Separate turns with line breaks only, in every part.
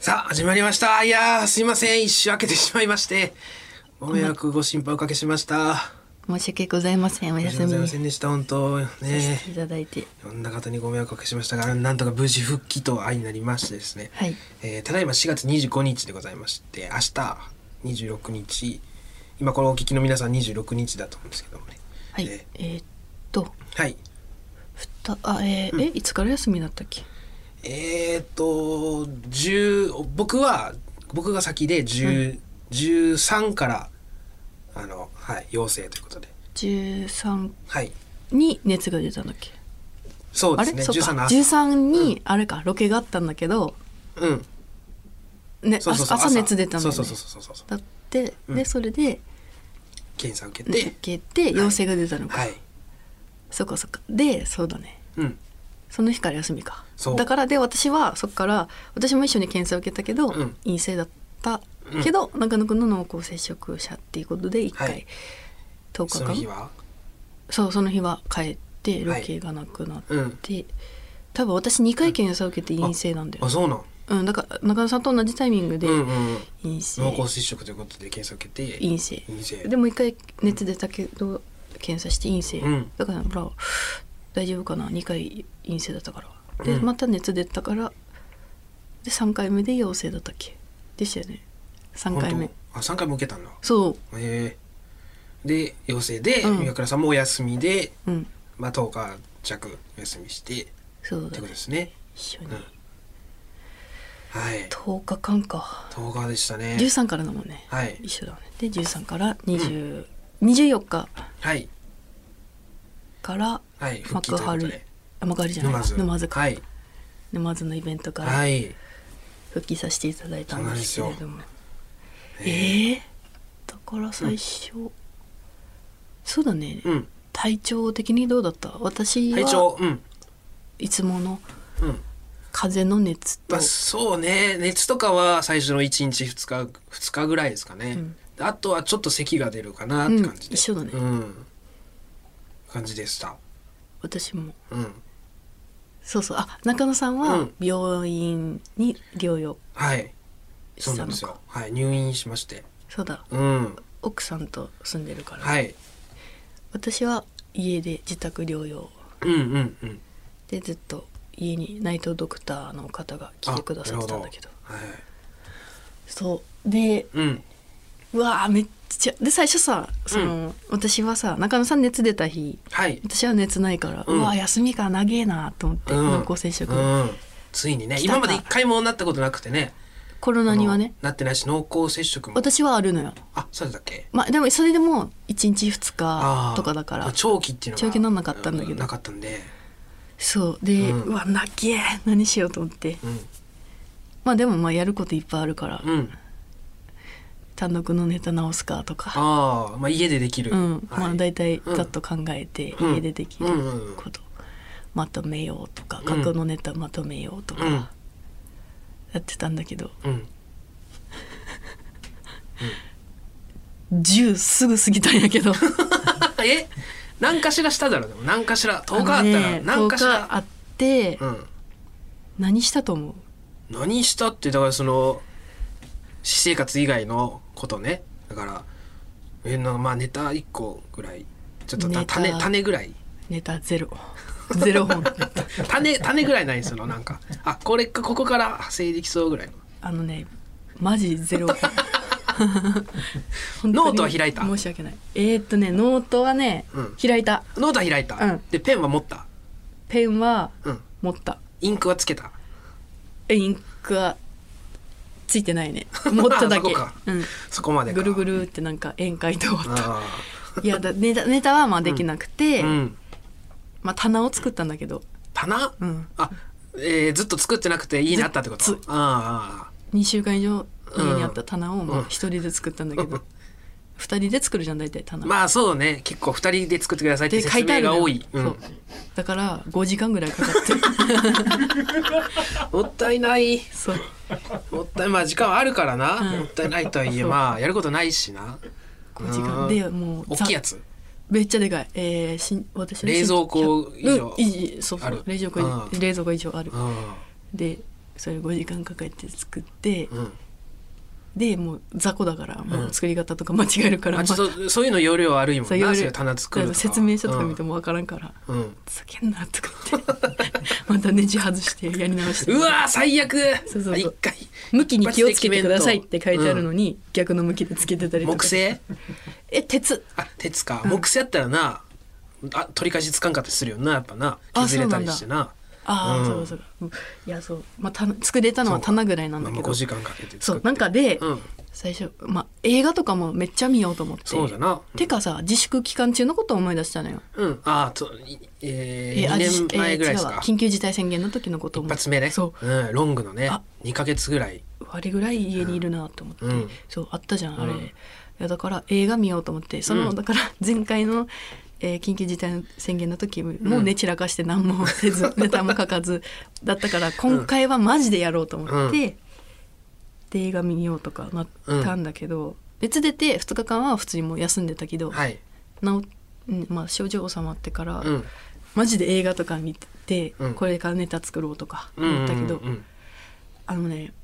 さあ、始まりました。いやー、すいません。一周開けてしまいまして。ご迷惑、ご心配おかけしました。
申し訳ございませんお
申し
休
訳ござい
みに
ま
さ
せんでした。本当、ね
せ。ていただいて
いろんな方にご迷惑をおかけしましたが、なんとか無事復帰と愛になりましてですね。
はい
えーただいま4月25日でございまして、明日26日、今これお聞きの皆さん26日だと思うんですけどもね。
はい
え
えーっと
はい。
ふたあえーえいつから休みだったっけ
えーっと、10僕は、僕が先で10、13から、あの、はい、陽性ということで。
13
はい。
に熱が出たんだっけ
そう
あ
で
れ
すね。
そ
13
う
の
か
朝。
13にあれかロケがあったんだけど
うん。
ね
そうそうそう。
朝朝熱出たんだよね
そうそうそうそうそう。
だって
うん
でそれで
検査受け
受
て。
けて陽性が出たのか、
はい。
そっかそっかでそうだね
うん。
その日から休みか
そう
だからで私はそっから私も一緒に検査を受けたけ
う
ど、
ん
陰性だったけど、中野くんの濃厚接触者っていうことで1回、
はい
10日
その
間
日は
そうその日は帰ってロケがなくなって、
うん。
多分私2回検査を受けて陰性なんだよ
あ、、そうなん。
うん、だから中野さんと同じタイミングで
うんうんうん。
陰性、
濃厚接触ということで検査受けて。
陰性
陰性。
でも1回熱出たけど検査して陰性、
うん
だからほら大丈夫かな2回陰性だったからで、
うん
また熱出たからで3回目で陽性だったっけでしたよね3回目
本当。あ、三回も受けたんだ。
そ
ええ。で、陽性で、
うん
宮倉さんもお休みで、
ううん
まあ、10日弱休みして、って
そう
こ
だ
と
ね
ですね。
一緒に、
うんはい。
10日間か
10日でしたね。
13からだもんね、
はい。
一緒だねで13から20、24日
はい。
から
はい。復帰とい
幕
うこと
張
で。
あ幕張じゃない
沼津。
沼津か、
はい。
沼津のイベントから
はい。
復帰させていただいたんですけれども、
え
ええだから最初、そうだね、
うん。
体調的にどうだった私
体
は
調、うん。
いつもの
うん。
風邪の熱と、
まあ、そうね熱とかは最初の1日2日2日ぐらいですかね、
うん
あとはちょっと咳が出るかなって感じで、
うん一緒だね
うん感じでした
私も
うん
そうそうあ中野さん
う
は
ん
病院に療養
はいそう
し
なん
たの
で
か
す
そう
よはい入院しまして
だ
うん
奥さんと住んでるから、
はい
私は家で自宅療養
うんうんうん
でずっと家に内藤ドクターの方が来てくださってたんだけど
あなるほ
そうで
どはいうん
うわーめっちゃで最初さその、私はさ中野さん熱出た日
はい
私は熱ないから、
う
うんわ休みか長えなと思って、
うん
濃厚接触、
うんついにね
来たか
今まで一回もなったことなくてね
コロナにはね
あのなってないし濃厚接触も
私はあるのよ
あそうだっけ
まあでもそれでも1日2
あー
日とかだか
まあ
ら
長期っていうのが
長期なんなかったんだけど
うなかったんで
そうで、
う
うんわなげえ何しようと思って
うん
まあでもまあやることいっぱいあるから、
うん
単独のネタ直すかとか
ああ、まあ家でできる。
うん、まあ大体
うん
ざっと考えて
うん
家でできることまとめようとか
ん
過去のネタまとめようと
う
か
ん、
やってたんだけど
うん。
10すぐ過ぎたんやけど
え、何かしらしただろう。でも何かしら、10日あった
あ
ら、
のね
何かし
10日あ
ら。
って
うん。
何したと思う
何したって、だからその、私生活以外のことね。だから、え、なまあネタ1個ぐらい。ちょっとた
ネタ
種、種ぐらい。
ネタゼロ ゼロ本
種、種ぐらいない そのなんか。あ、これか、ここから派生できそうぐらいの。
あのねマジ ゼロ本本当に
ノートは開いた
申し訳ないえー、っとねノートはね、
うん
開いた
ノートは開いた。
うん
で、ペンは持った。
ペンは
うん。
持った
インクはつけた。
えインクはついてないね持っただ
あそ
け
こか
うん
そこまでか。
ぐるぐるってなんか宴会と終わっ
あ
たいやだネタネタはまあできなく
あ。
て、
うん。
まあ棚を作ったんだけど、
棚
うん、
あ、えーずっと作ってなくて家にあったってこと
ずっ
あ
2週間以上家にあった棚をまあ一人で作ったんだけど、
う
二
ん
2人で作るじゃん大体
あ
棚
まあそうね結構二人で作ってくださいって
で書
説
いてあ
明
るの
が
よ
多い、うん
そうだから5時間ぐらいかかって
もったいない
そう
もったいまあ時間はあるからな、
うん
もったいないとはいえ
そう
まあやることないしな
5時間でもう
大きいやつ
めっちゃでかいえー、しん私の身
冷蔵庫以上
うんいいそう
あ
そ
る
う冷蔵庫以上
う
冷蔵庫以上ある
うん
でそれ5時間かかって作って、
うん
でもう雑魚だからもう作り方とか間違えるから、
あちょっとそういうの容量悪いもん
そう
な
容量
そういう棚作るとか
説明書とか見てもわからんから
うん、うん
「つけんな」とか言って またネジ外してやり直して
うわー最悪
そうそうそう
一回
向きに気をつけてくださいって書いてあるのに、逆の向きでつけてたりとか
木製
え鉄
あ鉄か、木製やったらなあ取り返しつかんかったりするよなやっぱな
あ
削れたりしてな
ああ、
うん
そうかそうかうんいやそう、まあ、た作れたのは棚ぐらいなんだけ
まあ、
ど
5
そ
時間かけて作って
うなんかで、
うん
最初、まあ、映画とかもめっちゃ見ようと思って
そうだな
てかさ自粛期間中のことを思い出したのよ、
うんああそういえー、
あ
2
じ
年前ぐらいですか
えー違うわ、緊急事態宣言の時のことを
一
思って
発目ね、
そう
ん、ロングのね
あ
2か月ぐらいう
あれぐらい家にいるなと思って、
うん
そうあったじゃんあれ、
うん
いやだから映画見ようと思ってその、
うん
だから前回の、えー緊急事態宣言の時ももうね散らかして何もせず、 ネタも書かずだったから今回はマジでやろうと思って、
うん
で映画見ようとかなったんだけど、別出て2日間は普通にもう休んでたけど、
はい
治うんまあ、症状収まってから、
うん
マジで映画とか見て、
うん
これからネタ作ろうとか
うん
思ったけど、
うんうん
あのね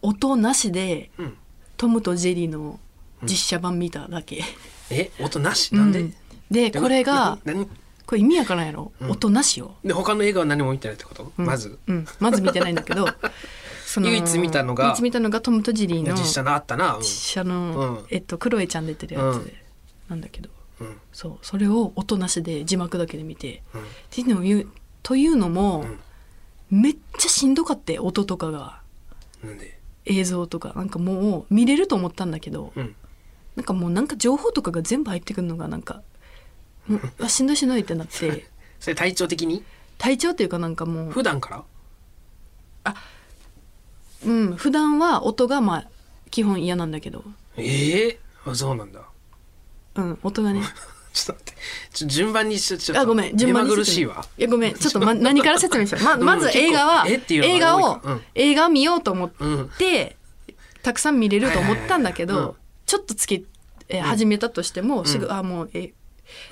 音なしで
うんうん
トムとジェリーの実写版見ただけ。
え音なしなんで、
うんでこれが
な何
これ意味わからんやろ、
うん
音なしよ、
で他の映画は何も見てないってこと、
うん
まず
うん、まず見てないんだ けどそ
唯一見たのが
唯一見たのがトムとジェリーの
実
実
写のあったな、
写
う
の、
ん
えっとクロエちゃん出てるやつで、
うん
なんだけど
うんうん
そうそれを音なしで字幕だけで見て
うん
っていうのを言うというのも
ん、
めっちゃしんどかった音とかが
なんで
映像とかなんかもう見れると思ったんだけど、
うん
なんかもうなんか情報とかが全部入ってくるのがなんかもううわしんどいしんどいってなって
それ体調的に
体調っていうかなんかもう
普段から
うん普段は音がまあ基本嫌なんだけど、
ええあそうなんだ
うん、音がね
ちょっと待ってちょ順番にしちょっと
あごめん順番に
目まぐ
説明
るしいわ
いやご めんちょっと、ま、何から説明しようまま
う
ず
ん
映画
結
は
構えっていう
映
の
画
が多い
を
かうん
映画を見ようと思っ
うん
てたくさん見れると思ったんだけ
はいはいはい
ど
は
ちょっとつけえ始めたとしてもすぐあもうえ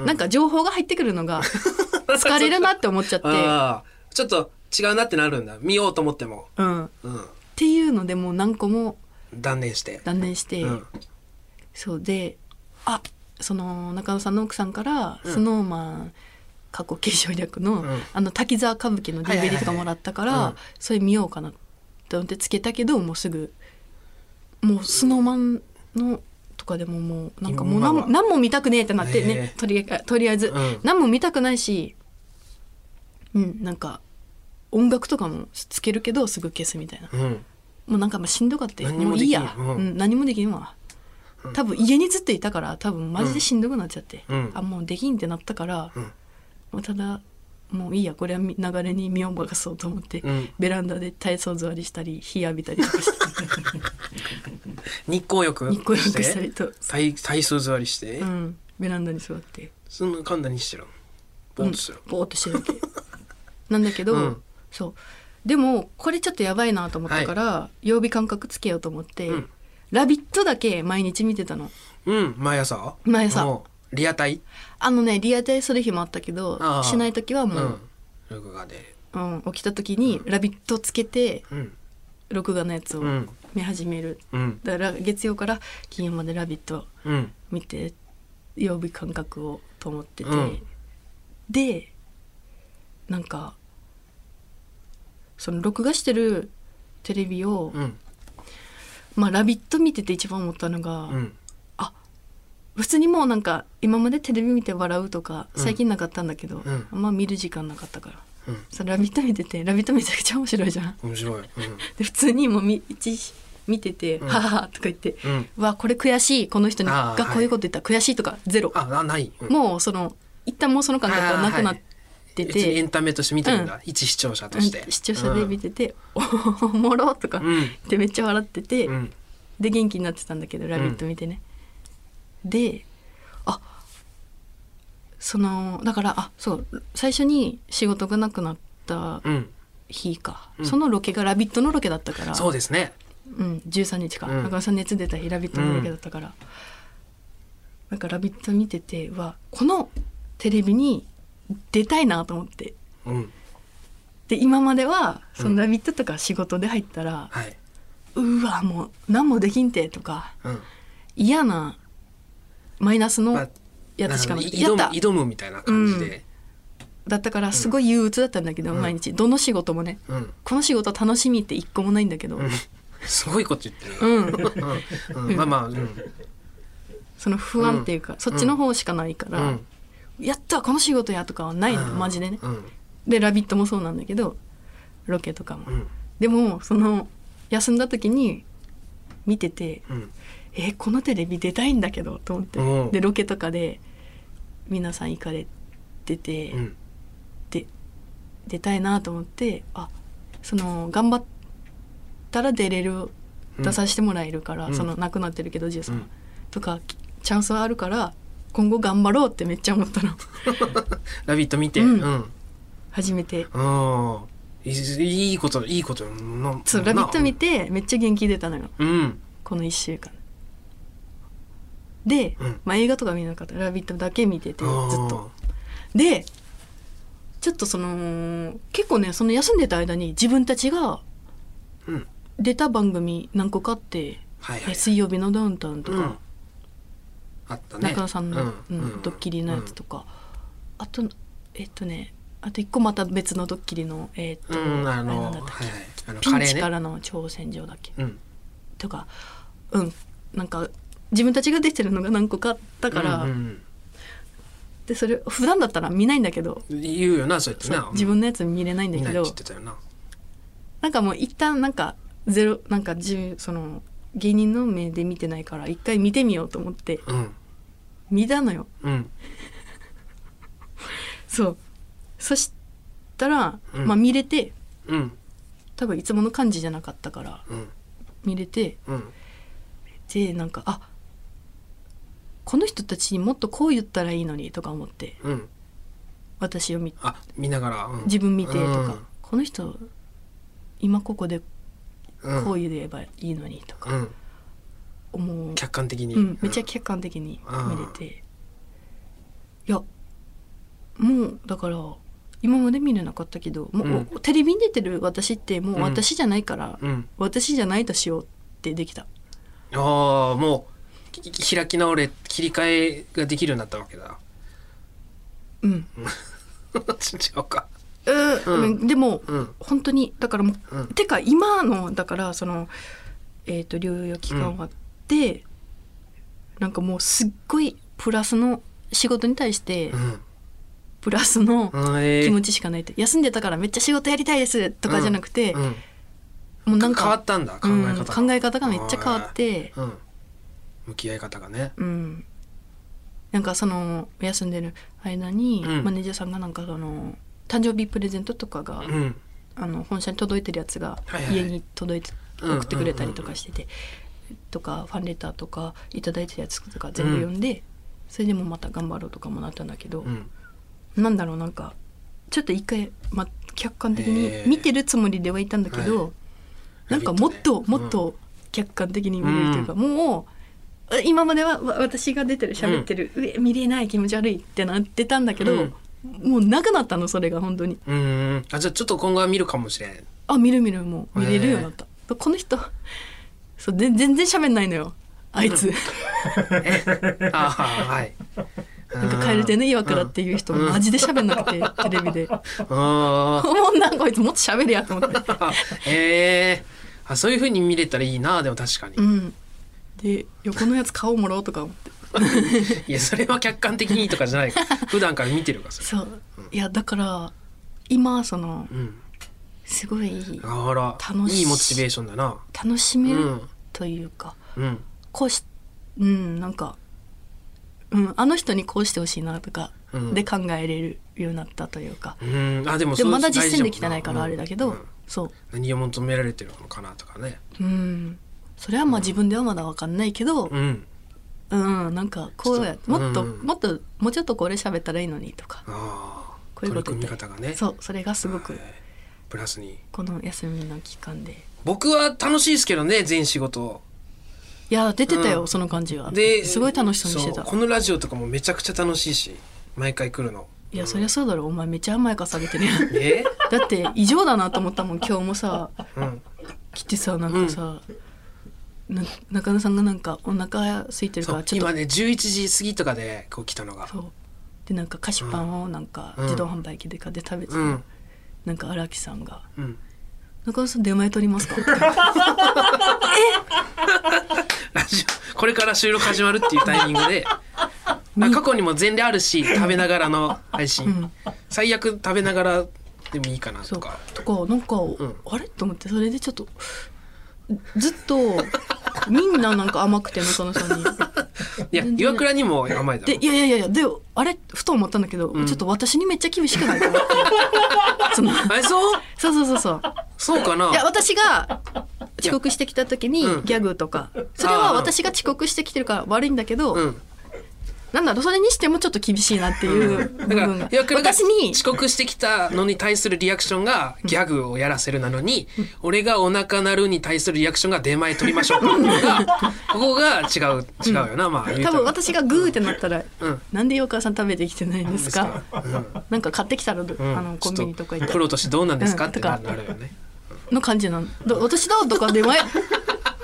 なんか情報が入ってくるのが 疲れるなって思っちゃって
ああちょっと違うなってなるんだ見ようと思っても、
うんっ
うん、
ていうのでもう何個も
断念して、
断念して、
うん、
そうであその中野さんの奥さんから、
うん
スノーマン過去継承略の,、
うん
あの滝沢歌舞伎の
はいはいはい
DVD とかもらったから、
うん
それ見ようかなと思ってつけたけどもうすぐもうスノーマンのとかでももうなんかもう
今
何
は
も何も見たくねえってなってね
ねえ
とりあえとりあえず、
うん
何も見たくないしうんなんか音楽とかもつけるけどすぐ消すみたいな。
うん、
もうなんかまあしんどかって
何に
も
も
ういい
で
や
き、
う
ないうん
ん何もできんわ多分家にずっといたから多分マジでしんどくなっちゃって、
うん
あもうできんってなったから、
うん
もうただもういいやこれはみ流れに身を任そうと思って、
うん
ベランダで体操座りしたり日浴びたりと かして
日光浴
日光浴したりと、
体体操座りして、
うん、ベランダに座って
そんな簡単にしてるのボーッとする、
うん、ぼーっとしてるだけなんだけど、
うん
そうでもこれちょっとやばいなと思ったから、曜日感覚つけようと思って「
うん
ラビット!」だけ毎日見てたの。
うん、毎朝
毎朝
もうリアタイ
あのねリアタイする日もあったけど
ああ
しない時はもう、
うん、録画で
うん起きた時に「ラビット!」つけて
うん
録画のやつを
うん
見始める、
うん
だから月曜から金曜まで「ラビット!
うん」
見て曜日感覚をと思ってて、
うん
でなんかその録画してるテレビを、
うん
まあ「ラビット!」見てて一番思ったのが、
うん
普通にもうなんか今までテレビ見て笑うとか
うん
最近なかったんだけど、
うん
あんま見る時間なかったから。
うん
そのラビット!」見てて「ラビット!」めちゃくちゃ面白いじゃん。
面白い
で普通にもうみ一見てて「
ん
ははは」とか言って
うん、うん
「わこれ悔しいこの人に
あ
が
ー
こういうこと言ったら悔しい」とかゼロ、
あなない、うん
もうその一旦もうその感覚はなくなって
別にエ
て、
ンタメとして見てるんだ、
う
一視聴者として
うん視聴者で見てて「おおもろ」とか
うん
言ってめっちゃ笑ってて、
うん
で元気になってたんだけど「ラビット!」見てね。であそのだからあそう最初に仕事がなくなった
うん、
日か、
うん
そのロケが「ラビット!」のロケだったから
そうですね
うん、13日か、
うん
中野さん熱出た日「ラビット!」のロケだったから、なんか「ラビット!」見ててはこのテレビに出たいなと思って
うん
で今までは「そ
うん
のラビット!」とか仕事で入ったら
はいう
わもう何もできんてとか
うん
嫌なマイナス
ま
の
あ
やつしかな
なん
くて
か挑
やっ
む
た
挑むみたいな感じで
だったからすごい憂鬱だったんだけど
うん
毎日どの仕事もね
うん
この仕事楽しみって一個もないんだけど
うんすごいこと言ってる
うん
なうんうんまあまあうん
その不安っていうかそっちの方しかないか
う
ら
ん
やったこの仕事やとかはないの
うん
マジでね
うん
で「ラビット!」もそうなんだけどロケとかも
うん
でもその休んだ時に見てて
うん
えこのテレビ出たいんだけどと思って、
うん
でロケとかで皆さん行かれてて、
うん
で出たいなと思ってあその頑張ったら出れる
うん
出させてもらえるから、
うん
その亡くなってるけどジュウさん、
うん
とかきチャンスはあるから今後頑張ろうってめっちゃ思ったの
ラビット!」見て
う
うんん
初めて
あーいいいいこといいことな
そう「ラビット!」見てめっちゃ元気出たのよ
うん
この1週間で、
うん
まあ、映画とか見なかった「ラビット!」だけ見ててずっと。でちょっとその結構ねその休んでた間に自分たちが
あーうん
出た番組何個かあって
はい
「
はい
水曜日のダウンタウン」と
うん
か、
あったね
中野さんの、うんドッキリのやつとか、あとえっとねあと一個また別のドッキリのえっと、
うんうん
あ
あ
れな
の
んだったっ
はいはいあの
けピ
カ
ン
レ
チ
ー
か
ね
らの挑戦状だっけ、
うん
とかうんなんか自分たちが出てるのが何個かあったから、
うんうん
でそれ普段だったら見ないんだけど、
うん言うよなそうやって
そう
な
自分のやつ見れないんだ
見な
け
いって言
ど
ってたよな
なんかもう一旦なんかゼロなんかじゅその芸人の目で見てないから一回見てみようと思って
うん
見たのよ
うん
そうそしたら、
うん
まあ見れて
うん
多分いつもの感じじゃなかったから
うん
見れて
うん
でなんかあこの人たちにもっとこう言ったらいいのにとか思って
うん
私を見
あ見ながら、うん
自分見てとか、この人今ここで
うんうん
こう言えばいいのにとか
うん
思う、
客観的に、
うん、めっちゃ客観的に見れて、いやもうだから今まで見れなかったけどもう、
うん
テレビに出てる私ってもううん私じゃないから、
うん
私じゃないとしようってできた
ああもうきき開き直れ切り替えができるようになったわけだ
うん、うん
違うか
うんでも
うん
本当にだからもう、
うん
てか今のだからそのえっ、と療養期間終わって、なんかもうすっごいプラスの仕事に対して
うん
プラスの
うんえー
気持ちしかないって、休んでたからめっちゃ仕事やりたいですとかじゃなくて、
うん
もうなんか
変わったんだ考え方が、
うん、考え方がめっちゃ変わって、
うん向き合い方がね
うん、なんかその休んでる間に、
うん
マネージャーさんがなんかその誕生日プレゼントとかが、
うん
あの本社に届いてるやつが
はいはい
家に届いて、
うん
送ってくれたりとかしてて、とかファンレターとかいただいてるやつとか全部読んで、それでもまた頑張ろうとかもなったんだけど、
うん
なんだろうなんかちょっと一回、ま、客観的
え
に
ー
見てるつもりではいたんだけど、なんかもっと、
ラビットね
もっと客観的に見れるというか、もう今まではわ私が出てる喋ってる、うえ見れない気持ち悪いってなってたんだけど、
うん
もうなくなったのそれが本当に
うんうんあじゃあちょっと今後は見るかもしれん
あ見る見るもう見れるようになった、この人そうで全然喋んないのよあいつ、
ああはい
なんか蛙亭の岩倉っ
い
て
う
いう人もマジで喋んなくて、テレビで
んあー
もうなんかこいつもっと喋るやと思って
あええあそういう風に見れたらいいなでも確かに、
うんで横のやつ顔もらおうとか思って
いやそれは客観的にとかじゃない から普段から見てるからそれ
そういやだから今その
うん
すごい
あら
楽しい
いいモチベーションだな
楽し
う
める
ん
というか、
うん
こうしうんなんか、うん、あの人にこうしてほしいなとか
うん
で考えれるようになったというか、
うんあでも
でもまだ
そう
実践できてないからあ
大
れ
事もんうん
だけど、
うん
そう
何を求められてるのかなとかね
うんそれはまあ自分ではまだ分かんないけど、
うん
うんなんかこうや
ちょっと
もっと、
うん
もっともうちょっとこれ喋ったらいいのにとか
ああ
こうい
取
うこ
り
と
組
言
み
って
方がね
そうそれがすごく
はいプラスに
この休みの期間で
僕は楽しいですけどね全仕事
いや出てたよ、
うん
その感じは
です
ごい楽しそうにしてた
そうこのラジオとかもめちゃくちゃ楽しいし毎回来るの
いやそりゃそうだろお前めっちゃ甘やかされてるや ん
え
だって異常だなと思ったもん今日もさ
うん
来てさなんかさ、な中野さんがなんかお腹空いてるか
そ
ら
う
ちょっと
今ね11時過ぎとかでこう来たのが
そうでなんか菓子パンをなんか
うん
自動販売機で買って食べてた、
うん
なんか荒木さんが
うん
「中野さん出前取りますか?」
ラジオこれから収録始まるっていうタイミング であ過去にも前例あるし食べながらの配信、
うん
最悪食べながらでもいいかな
そ
と
う
か
とかなんか、
ん
あれと思ってそれでちょっとずっとみんななんか甘くて中野さんに。
いや
全然
岩倉にも甘いだろ
でいやいやいやいやであれふと思ったんだけど、
ん
ちょっと私にめっちゃ厳しくないと思って その
あれそう
そうそうそうそう
そうかない
や私が遅刻してきた時に
うん
ギャグとかそれ
あー
は
うん
私が遅刻してきてるから悪いんだけど、
うん、
なんだろうそれにしてもちょっと厳しいなっていう部
だか
分
ら
が
岩倉が
私に
遅刻してきたのに対するリアクションがギャグをやらせるなのに、俺がお腹鳴るに対するリアクションが出前取りましょうっていうのがここが違う違うよな、まあ言うた
多
ら
分私がグーってなったら「
うん
なんで岩倉さん食べてきてないんですか
うん
なんか買ってきたら、
うん
あのコンビニとか行っ
プ
て
ロとしてどうなんですか
うん
って
と
な
か
るよね
の感じなのだ私だとか出前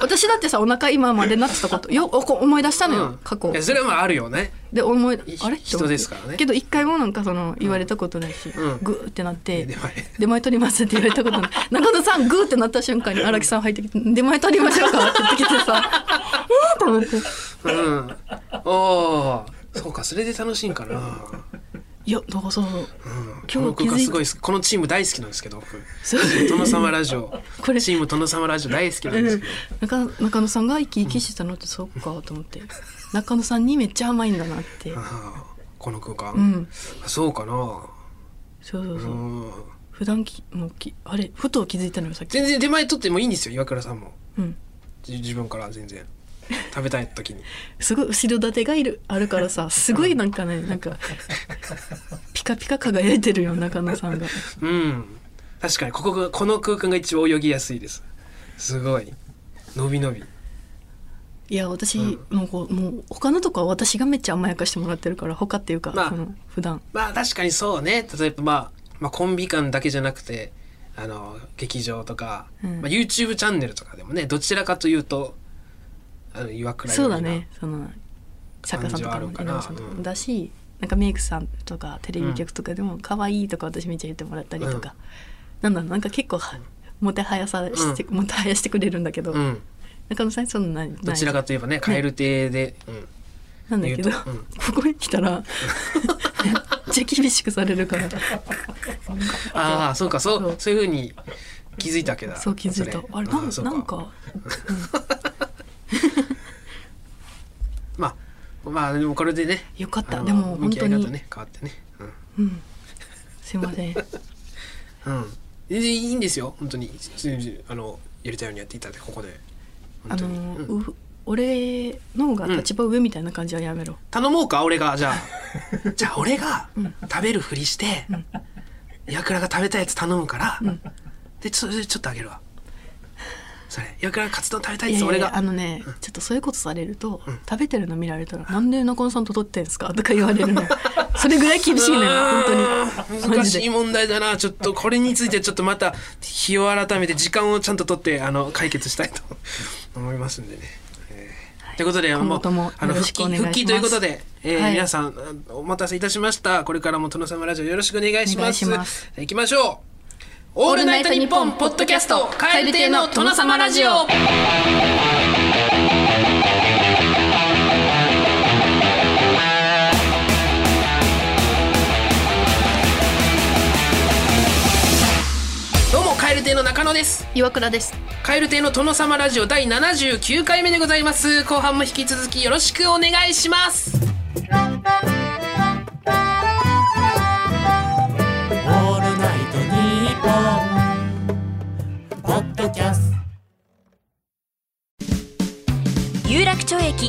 私だってさお腹今までなってたことよおこ思い出したのよ、
うん
過去
いやそれはまああるよね
で思いあれ
人ですからね
けど一回もなんかその言われたことないし、
うん
グーってなって
出前
「出前取ります」って言われたことない 中野さんグーってなった瞬間に荒木さん入ってきて「出前取りましょうか」って言ってきてさ 「えーと思って
うんおーそうかそれで楽しいんかな、
いやだからそう
こ
今
の
日気
空間
づい
す
て
ごいですこのチーム大好きなんですけど僕
そう
殿様ラジオ
これ
チーム殿様ラジオ大好きなんですけど
中中野さんが生き生きしてたのってそっかと思 って中野さんにめっちゃ甘いんだなって
あーこの空間、
うん
そうかな
そうそう
う
そう、
ん
普段きもうきあれふと気づいたのよさっき
全然出前取ってもいいんですよ岩倉さんも
うん
じ自分から全然食べたい時に
すごい後ろ盾がいるあるからさすごいなんかねなんかピカピカ輝いてるよ中野さ んが
うん確かにここがこの空間が一番泳ぎやすいですすごい伸び伸び
いや私、もうこうもう他のとこは私がめっちゃ甘やかしてもらってるから他っていうか、
まあ
その普段
まあ確かにそうね例えば、まあ、まあコンビ間だけじゃなくてあの劇場とか、
うん
まあ、YouTube チャンネルとかでもねどちらかというとあの岩倉よ
そう
り
だねその作家さんとかも
感じはあるかな
稲葉さんとかもだし、なんかメイクさんとかテレビ局とかでも「可愛いとか私めっちゃ言ってもらったりとか、なんだろうなんか結構はもてはやさして、もてはやしてくれるんだけど、
うん、
中野さんそんなない
どちらかといえばね蛙亭で、うん、
なんだけど、
言う とうん
ここに来たらめっちゃ厳しくされるから
ああそうかそう
そう
そういうふうに気づいたわけだ
そう気づいた
それ
あれなん
うんそう
なんか
まあまあでもこれでね
よかっ
あ
た
の
でも
向
本
き合
当
い
に、
方ね変わってね
うん、すいません
うん、うん、全然いいんですよ本当に全然あのやりたいようにやっていただいてここで
あ
本当に、
の、
うん
う俺の方が立場上みたいな感じはやめろ、
頼もうか俺がじゃ あじゃあ俺が食べるふりして、岩倉が食べたやつ頼むから、でちょちょっとあげるわそれ岩倉がカツ丼食べたいっ
い
つ
やい
俺
や
が
あのね、ちょっとそういうことされると、食べてるの見られたら「なんで中野さんと撮ってんすか?」とか言われる のよそれぐらい厳しいのよ本当
うー
に
ん
マ
難
ジ
しい
で
問題だなちょっとこれについてちょっとまた日を改めて時間をちゃんと取ってあの解決したいと思いますんでね。えーということで
今後
もう
とも
あの
よろ
復
しく
帰
お願いします
復帰ということで、えー
はい
皆さんあお待たせいたしましたこれからも殿様ラジオよろしくお願いします
お願いします
行きましょうオールナイトニッポンポッドキャスト蛙亭の殿様ラジオどうも蛙亭の中野です
岩倉です
カエル亭の殿様ラジオ第79回目でございます後半も引き続きよろしくお願いします
オールナイトニッポン」ポッドキャスト
有楽町駅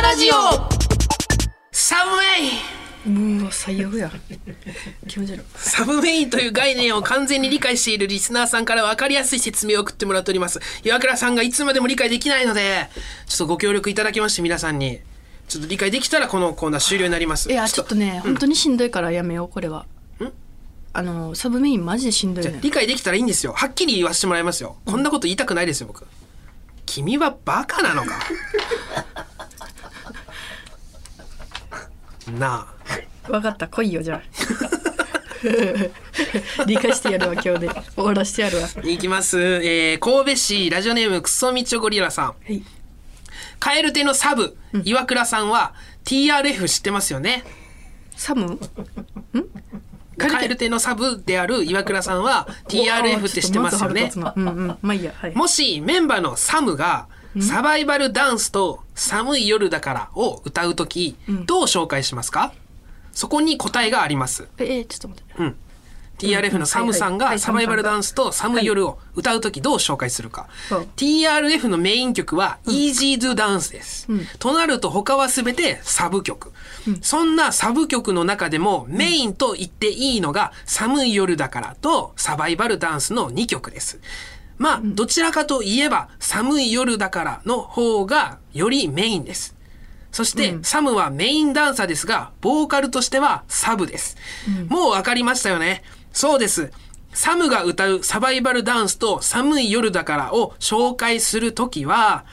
ラジオ
サブウェイ
もう最悪や気持ち悪い
サブウェイという概念を完全に理解しているリスナーさんから分かりやすい説明を送ってもらっております岩倉さんがいつまでも理解できないのでちょっとご協力いただきまして皆さんにちょっと理解できたらこのコーナー終了になります
いやちょっとね本当にしんどいからやめようこれはあのサブメインマジでしんどい
じゃあ
ね
理解できたらいいんですよはっきり言わせてもらいますよこんなこと言いたくないですよ僕君はバカなのかなあ
分かった来いよじゃあ 理解してやるわ今日で終わらしてやるわはい
きます、えー、神戸市ラジオネームクソみちょゴリラさん
い
カエル亭のサブ、岩倉さんは TRF 知ってますよね
サムカエル亭
カエル亭のサブである岩倉さんは
お
TRF
あ
って知ってますよね
ちょっとまず腹立つなうんうんまあいいやはい
もしメンバーのサムがサバイバルダンスと寒い夜だからを歌うとき、どう紹介しますかそこに答えがあります。
ええちょっと待って
TRF のサムさん
はいは
が
い
サバイバルダンスと寒い夜を歌うときどう紹介するか。
そう
TRF のメイン曲は Easy to Dance です。となると他は全てサブ曲。そんなサブ曲の中でもメインと言っていいのが寒い夜だからとサバイバルダンスの2曲です。まあ、どちらかといえば寒い夜だからの方がよりメインです。そして、サムはメインダンサーですが、ボーカルとしてはサブです。もうわかりましたよね。そうです。サムが歌うサバイバルダンスと寒い夜だからを紹介するときは、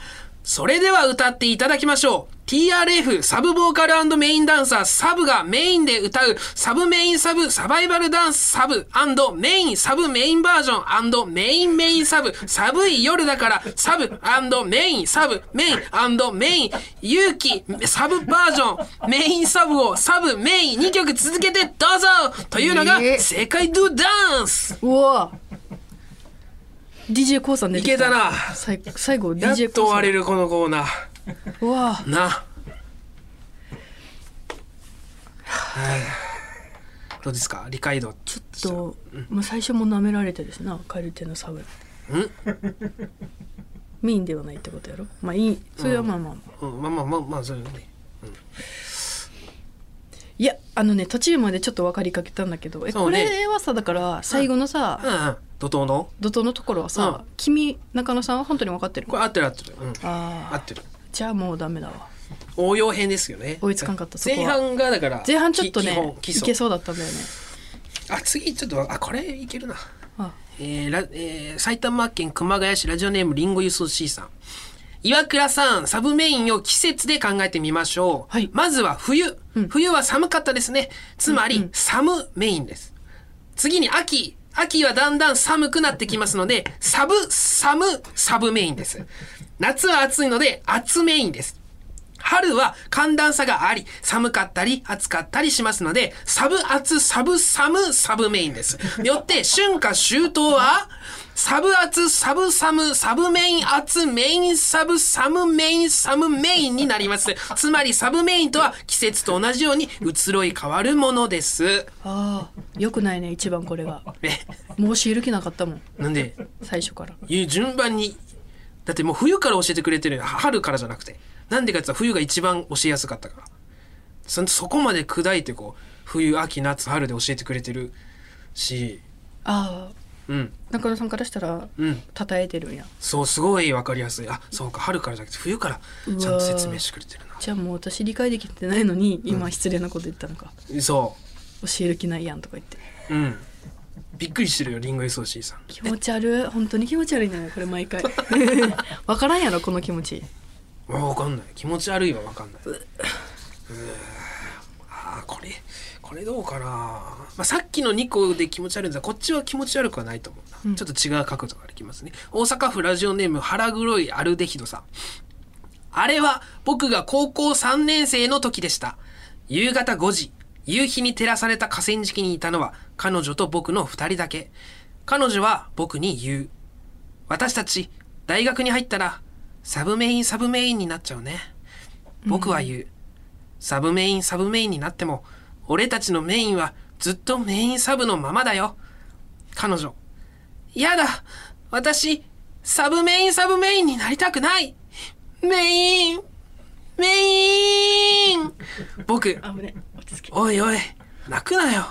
それでは歌っていただきましょう。TRF サブボーカルメインダンサーサブがメインで歌うサブメインサブサバイバルダンスサブメインサブメインバージョンメインメインサブ寒い夜だからサブメインサブメインメイン勇気サブバージョンメインサブをサブメイン2曲続けてどうぞというのが
ええ
世界ドゥダンス
うわ DJ コウさん出
い
てきた
けたな
最最後
やっ
DJ
と終
コウさ
わ
ん
れるこのコーナー
うわ
な。はいどうですか理解度。
ちょっと、まあ、最初も舐められてるしなカエル亭のサブメインではないってことやろまあいいそれはまあまあ、まあ
うん、まあまあまあまあそうよね。
いやあのね途中までちょっと分かりかけたんだけどえ、
そ
こ
うね
れはさだから最後のさ、
うんうん。怒涛の
怒涛のところはさ、
う
君中野さんは本当に分かってる
これ合ってる合ってる。うん。
あ
合
あ
ってる。
じゃあもうダメだわ
応用編ですよね。
追いつかんかったそこは
前半がだから
前半ちょっと
き基本
ね
基
いけ
礎。
そうだったんだよね
あ次ちょっとあこれいけるな。
あ
えーらえー埼玉県熊谷市ラジオネームりんご輸送 C さん岩倉さんサブメインを季節で考えてみましょう、
はい
まずは冬、冬は寒かったですねつまり、寒メインです次に秋秋はだんだん寒くなってきますの でサブ寒サブメインです夏は暑いので暑メインです春は寒暖差があり、寒かったり暑かったりしますので、サブ暑、サブ寒、サブメインです。よって、春夏秋冬は、サブ暑、サブ寒、サブメイン暑、メインサブ、サムメイン、サムメインになります。つまり、サブメインとは季節と同じように移ろい変わるものです。
あーよくないね一番これが
え、
申し入る気なかったもん
なんで、
最初から
いう順番に、だってもう冬から教えてくれてるよ春からじゃなくて。なんでかって言ったら冬が一番教えやすかったから。そそこまで砕いてこう、冬、秋、夏、春で教えてくれてるし、
ああ
うん、
中野さんからしたら
うん。
称えてるんや
そう、すごいわかりやすい。あ、そうか、春からじゃなくて冬からちゃんと説明してくれてるな。
じゃあもう私理解できてないのに今失礼なこと言ったのか、
そ
教える気ないやんとか言って
う。うん。びっくりしてるよ、リンゴ SOC さん。
気持ち悪い本当に気持ち悪いのよこれ毎回 わからんやろこの気持ち
わわかんない気持ち悪いはわかんないうーあーこれこれどうかな、まあ、さっきの2個で気持ち悪いんだこっちは気持ち悪くはないと思うな、ちょっと違う角度ができますね大阪府ラジオネーム腹黒いアルデヒドさんあれは僕が高校3年生の時でした。夕方5時、夕日に照らされた河川敷にいたのは彼女と僕の二人だけ。彼女は僕に言う。私たち、大学に入ったら、サブメインサブメインになっちゃうね。僕は言う。サブメインサブメインになっても、俺たちのメインはずっとメインサブのままだよ。彼女。やだ私、サブメインサブメインになりたくないメインメイン僕、
危ね落ち着け
おいおい、泣くなよ。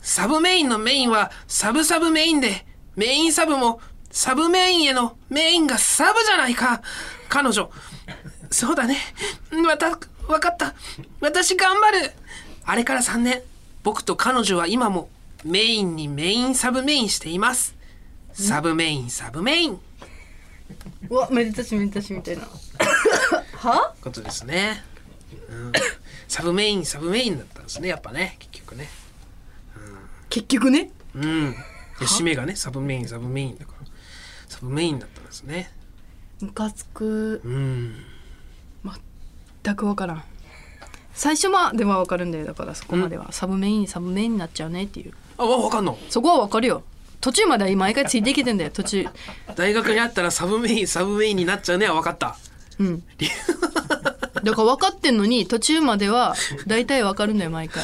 サブメインのメインはサブサブメインで、メインサブもサブメインへのメインがサブじゃないか。彼女。そうだね。わた、わかった。私頑張る。あれから3年、僕と彼女は今もメインにメインサブメインしています。サブメインサブメイン。
うわめでたしめでたしみたい な
ことですね。うんサブメインサブメインだったんですね、やっぱね、結局ね。
結局ね
うん。で締めがね、サブメイン、サブメインだから。サブメインだったんですね。
ムカつく
うん。
全く分からん最初までは分かるんだよだからそこまでは、サブメインサブメインになっちゃうねっていう
あ、わ、わかんの。
そこは分かるよ途中までは毎回ついてきてんだよ途中
大学にあったらサブメイン、サブメインになっちゃうね、はわかった。
うんだから分かってんのに途中までは大体分かるんだよ毎回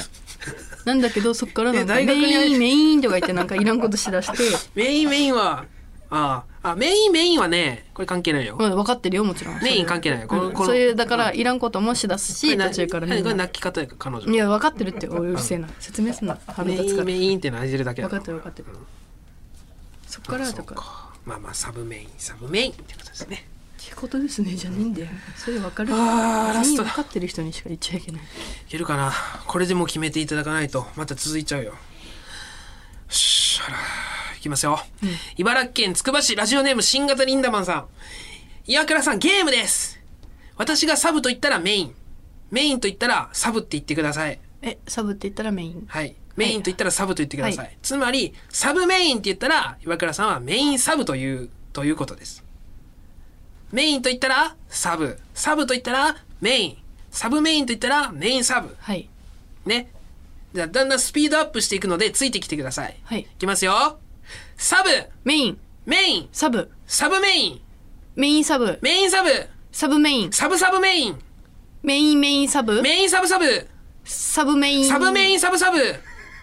なんだけどそっからなんかメ
え大学にある
インメインとか言ってなんかいらんことしだして、
メイン、メインは、ああ、あ、メイン、メインはね、これ関係ないよ。
うん、分かってるよもちろん
メイン関係ないよ。この、この。
そういうだからいらんこともしだす
これ
し
な
途中か
こ
らみ
れ
ん
これ
な
泣き方やから、彼女。
いや分かってるっておいうるせえな説明すんな腹
メ
立
イ
つか
ン、
ら
メインってなじるだけだ
分かってる分かってるそっからだ
そう
から
か。まあまあ、サブメイン、サブメインってことですね。
っていうことですねじゃねえんだよそれ分かる
あーラストだ
分かってる人にしか言っちゃいけない
いけるかなこれでも決めていただかないとまた続いちゃうよよしゃらいきますよ、茨城県つくば市ラジオネーム新型リンダマンさん岩倉さんゲームです私がサブと言ったらメインメインと言ったらサブって言ってください
えサブって言ったらメイン
はいメインと言ったらサブと言ってください、
はい
つまりサブメインって言ったら岩倉さんはメインサブというということですメインと言ったらサブサブと言ったらメインサブメインと言ったらメインサブ
はい
ね。じゃあ、だんだんスピードアップしていくので、ついてきてください。
はい
いきますよ。サブ、
メイン
メイン、
サブ
サブメイン、
メインサブ
メインサブ、
サブメイン
サブサブメイン、
メインメインサブ
メインサブサブ、
サブメイン
サブメイ
ン
ンサブサブ、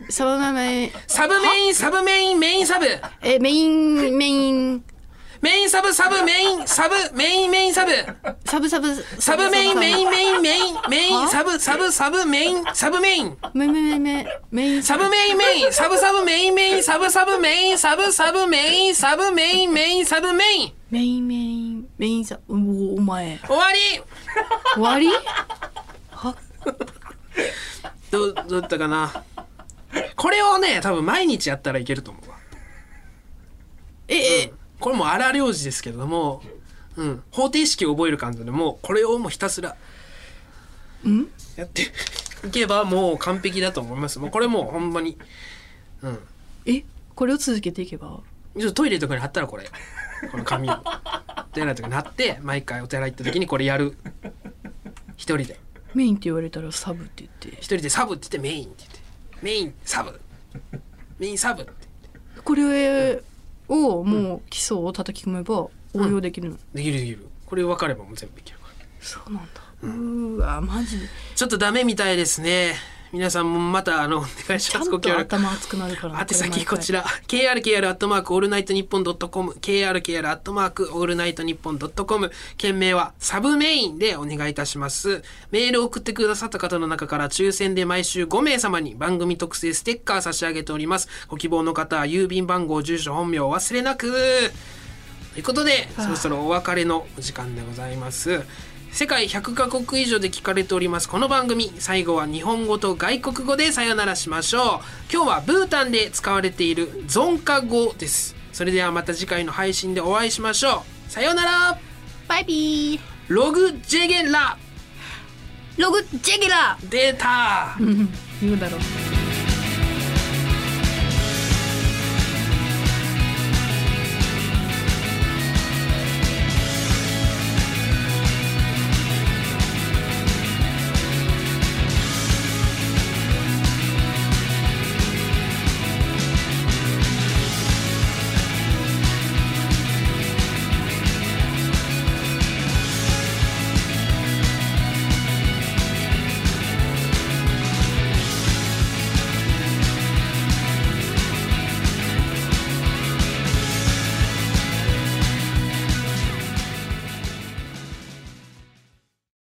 サブメイン
サブメイン、サブメイン、メインサブ、
えメインメイン
メインサブサブ、メイン、サブ、メイン、メインサブ、
サブサブ
サブメイン、メイン、メイン、メイン、メイン、
は
サブ、サブ、サブ、メイン、サブメイン、
メメメメメイン
サブメイン、メイン、サブサブ、メイン、メイン、サブサブ、メイン、サブサブ、メイン、サブメイン、メイン、サブメイン、
メインメインメインサブおお前
終わり
終わり
どうどうだったかなこれをね多分毎日やったらいけると思うわ
ええ
これも荒領事ですけれども、うん、方程式を覚える感じでもうこれをもうひたすらやっていけばもう完璧だと思いますもうこれもうほんまにうん
えこれを続けていけば
ちょっとトイレとかに貼ったらこれこの紙をお手洗いとかに貼って毎回お手洗い行った時にこれやる一人で
メインって言われたらサブって言って
一人でサブって言ってメインって言ってメインサブメインサブって
これをもう基礎を叩き込めば応用できるの、
できるできるこれ分かればもう全部いけるから
そうなんだうーわマジで
ちょっとダメみたいですね。皆さんもまたあのお願いし
ちゃ
ます。
ん
ご協
と
力。
頭熱くなるから
宛先こち
ら
ら krkr アットマークオールナイトニッポンドットコム krkr アットマークオールナイトニッポンドットコム件名はサブメインでお願いいたしますメールを送ってくださった方の中から抽選で毎週5名様に番組特製ステッカー差し上げておりますご希望の方は郵便番号住所本名を忘れなくということでそろそろお別れのお時間でございます世界100カ国以上で聞かれておりますこの番組最後は日本語と外国語でさよならしましょう今日はブータンで使われているゾンカ語ですそれではまた次回の配信でお会いしましょうさよなら
バイビー
ログジェゲラ
ログチェゲラ
データ
言うだろう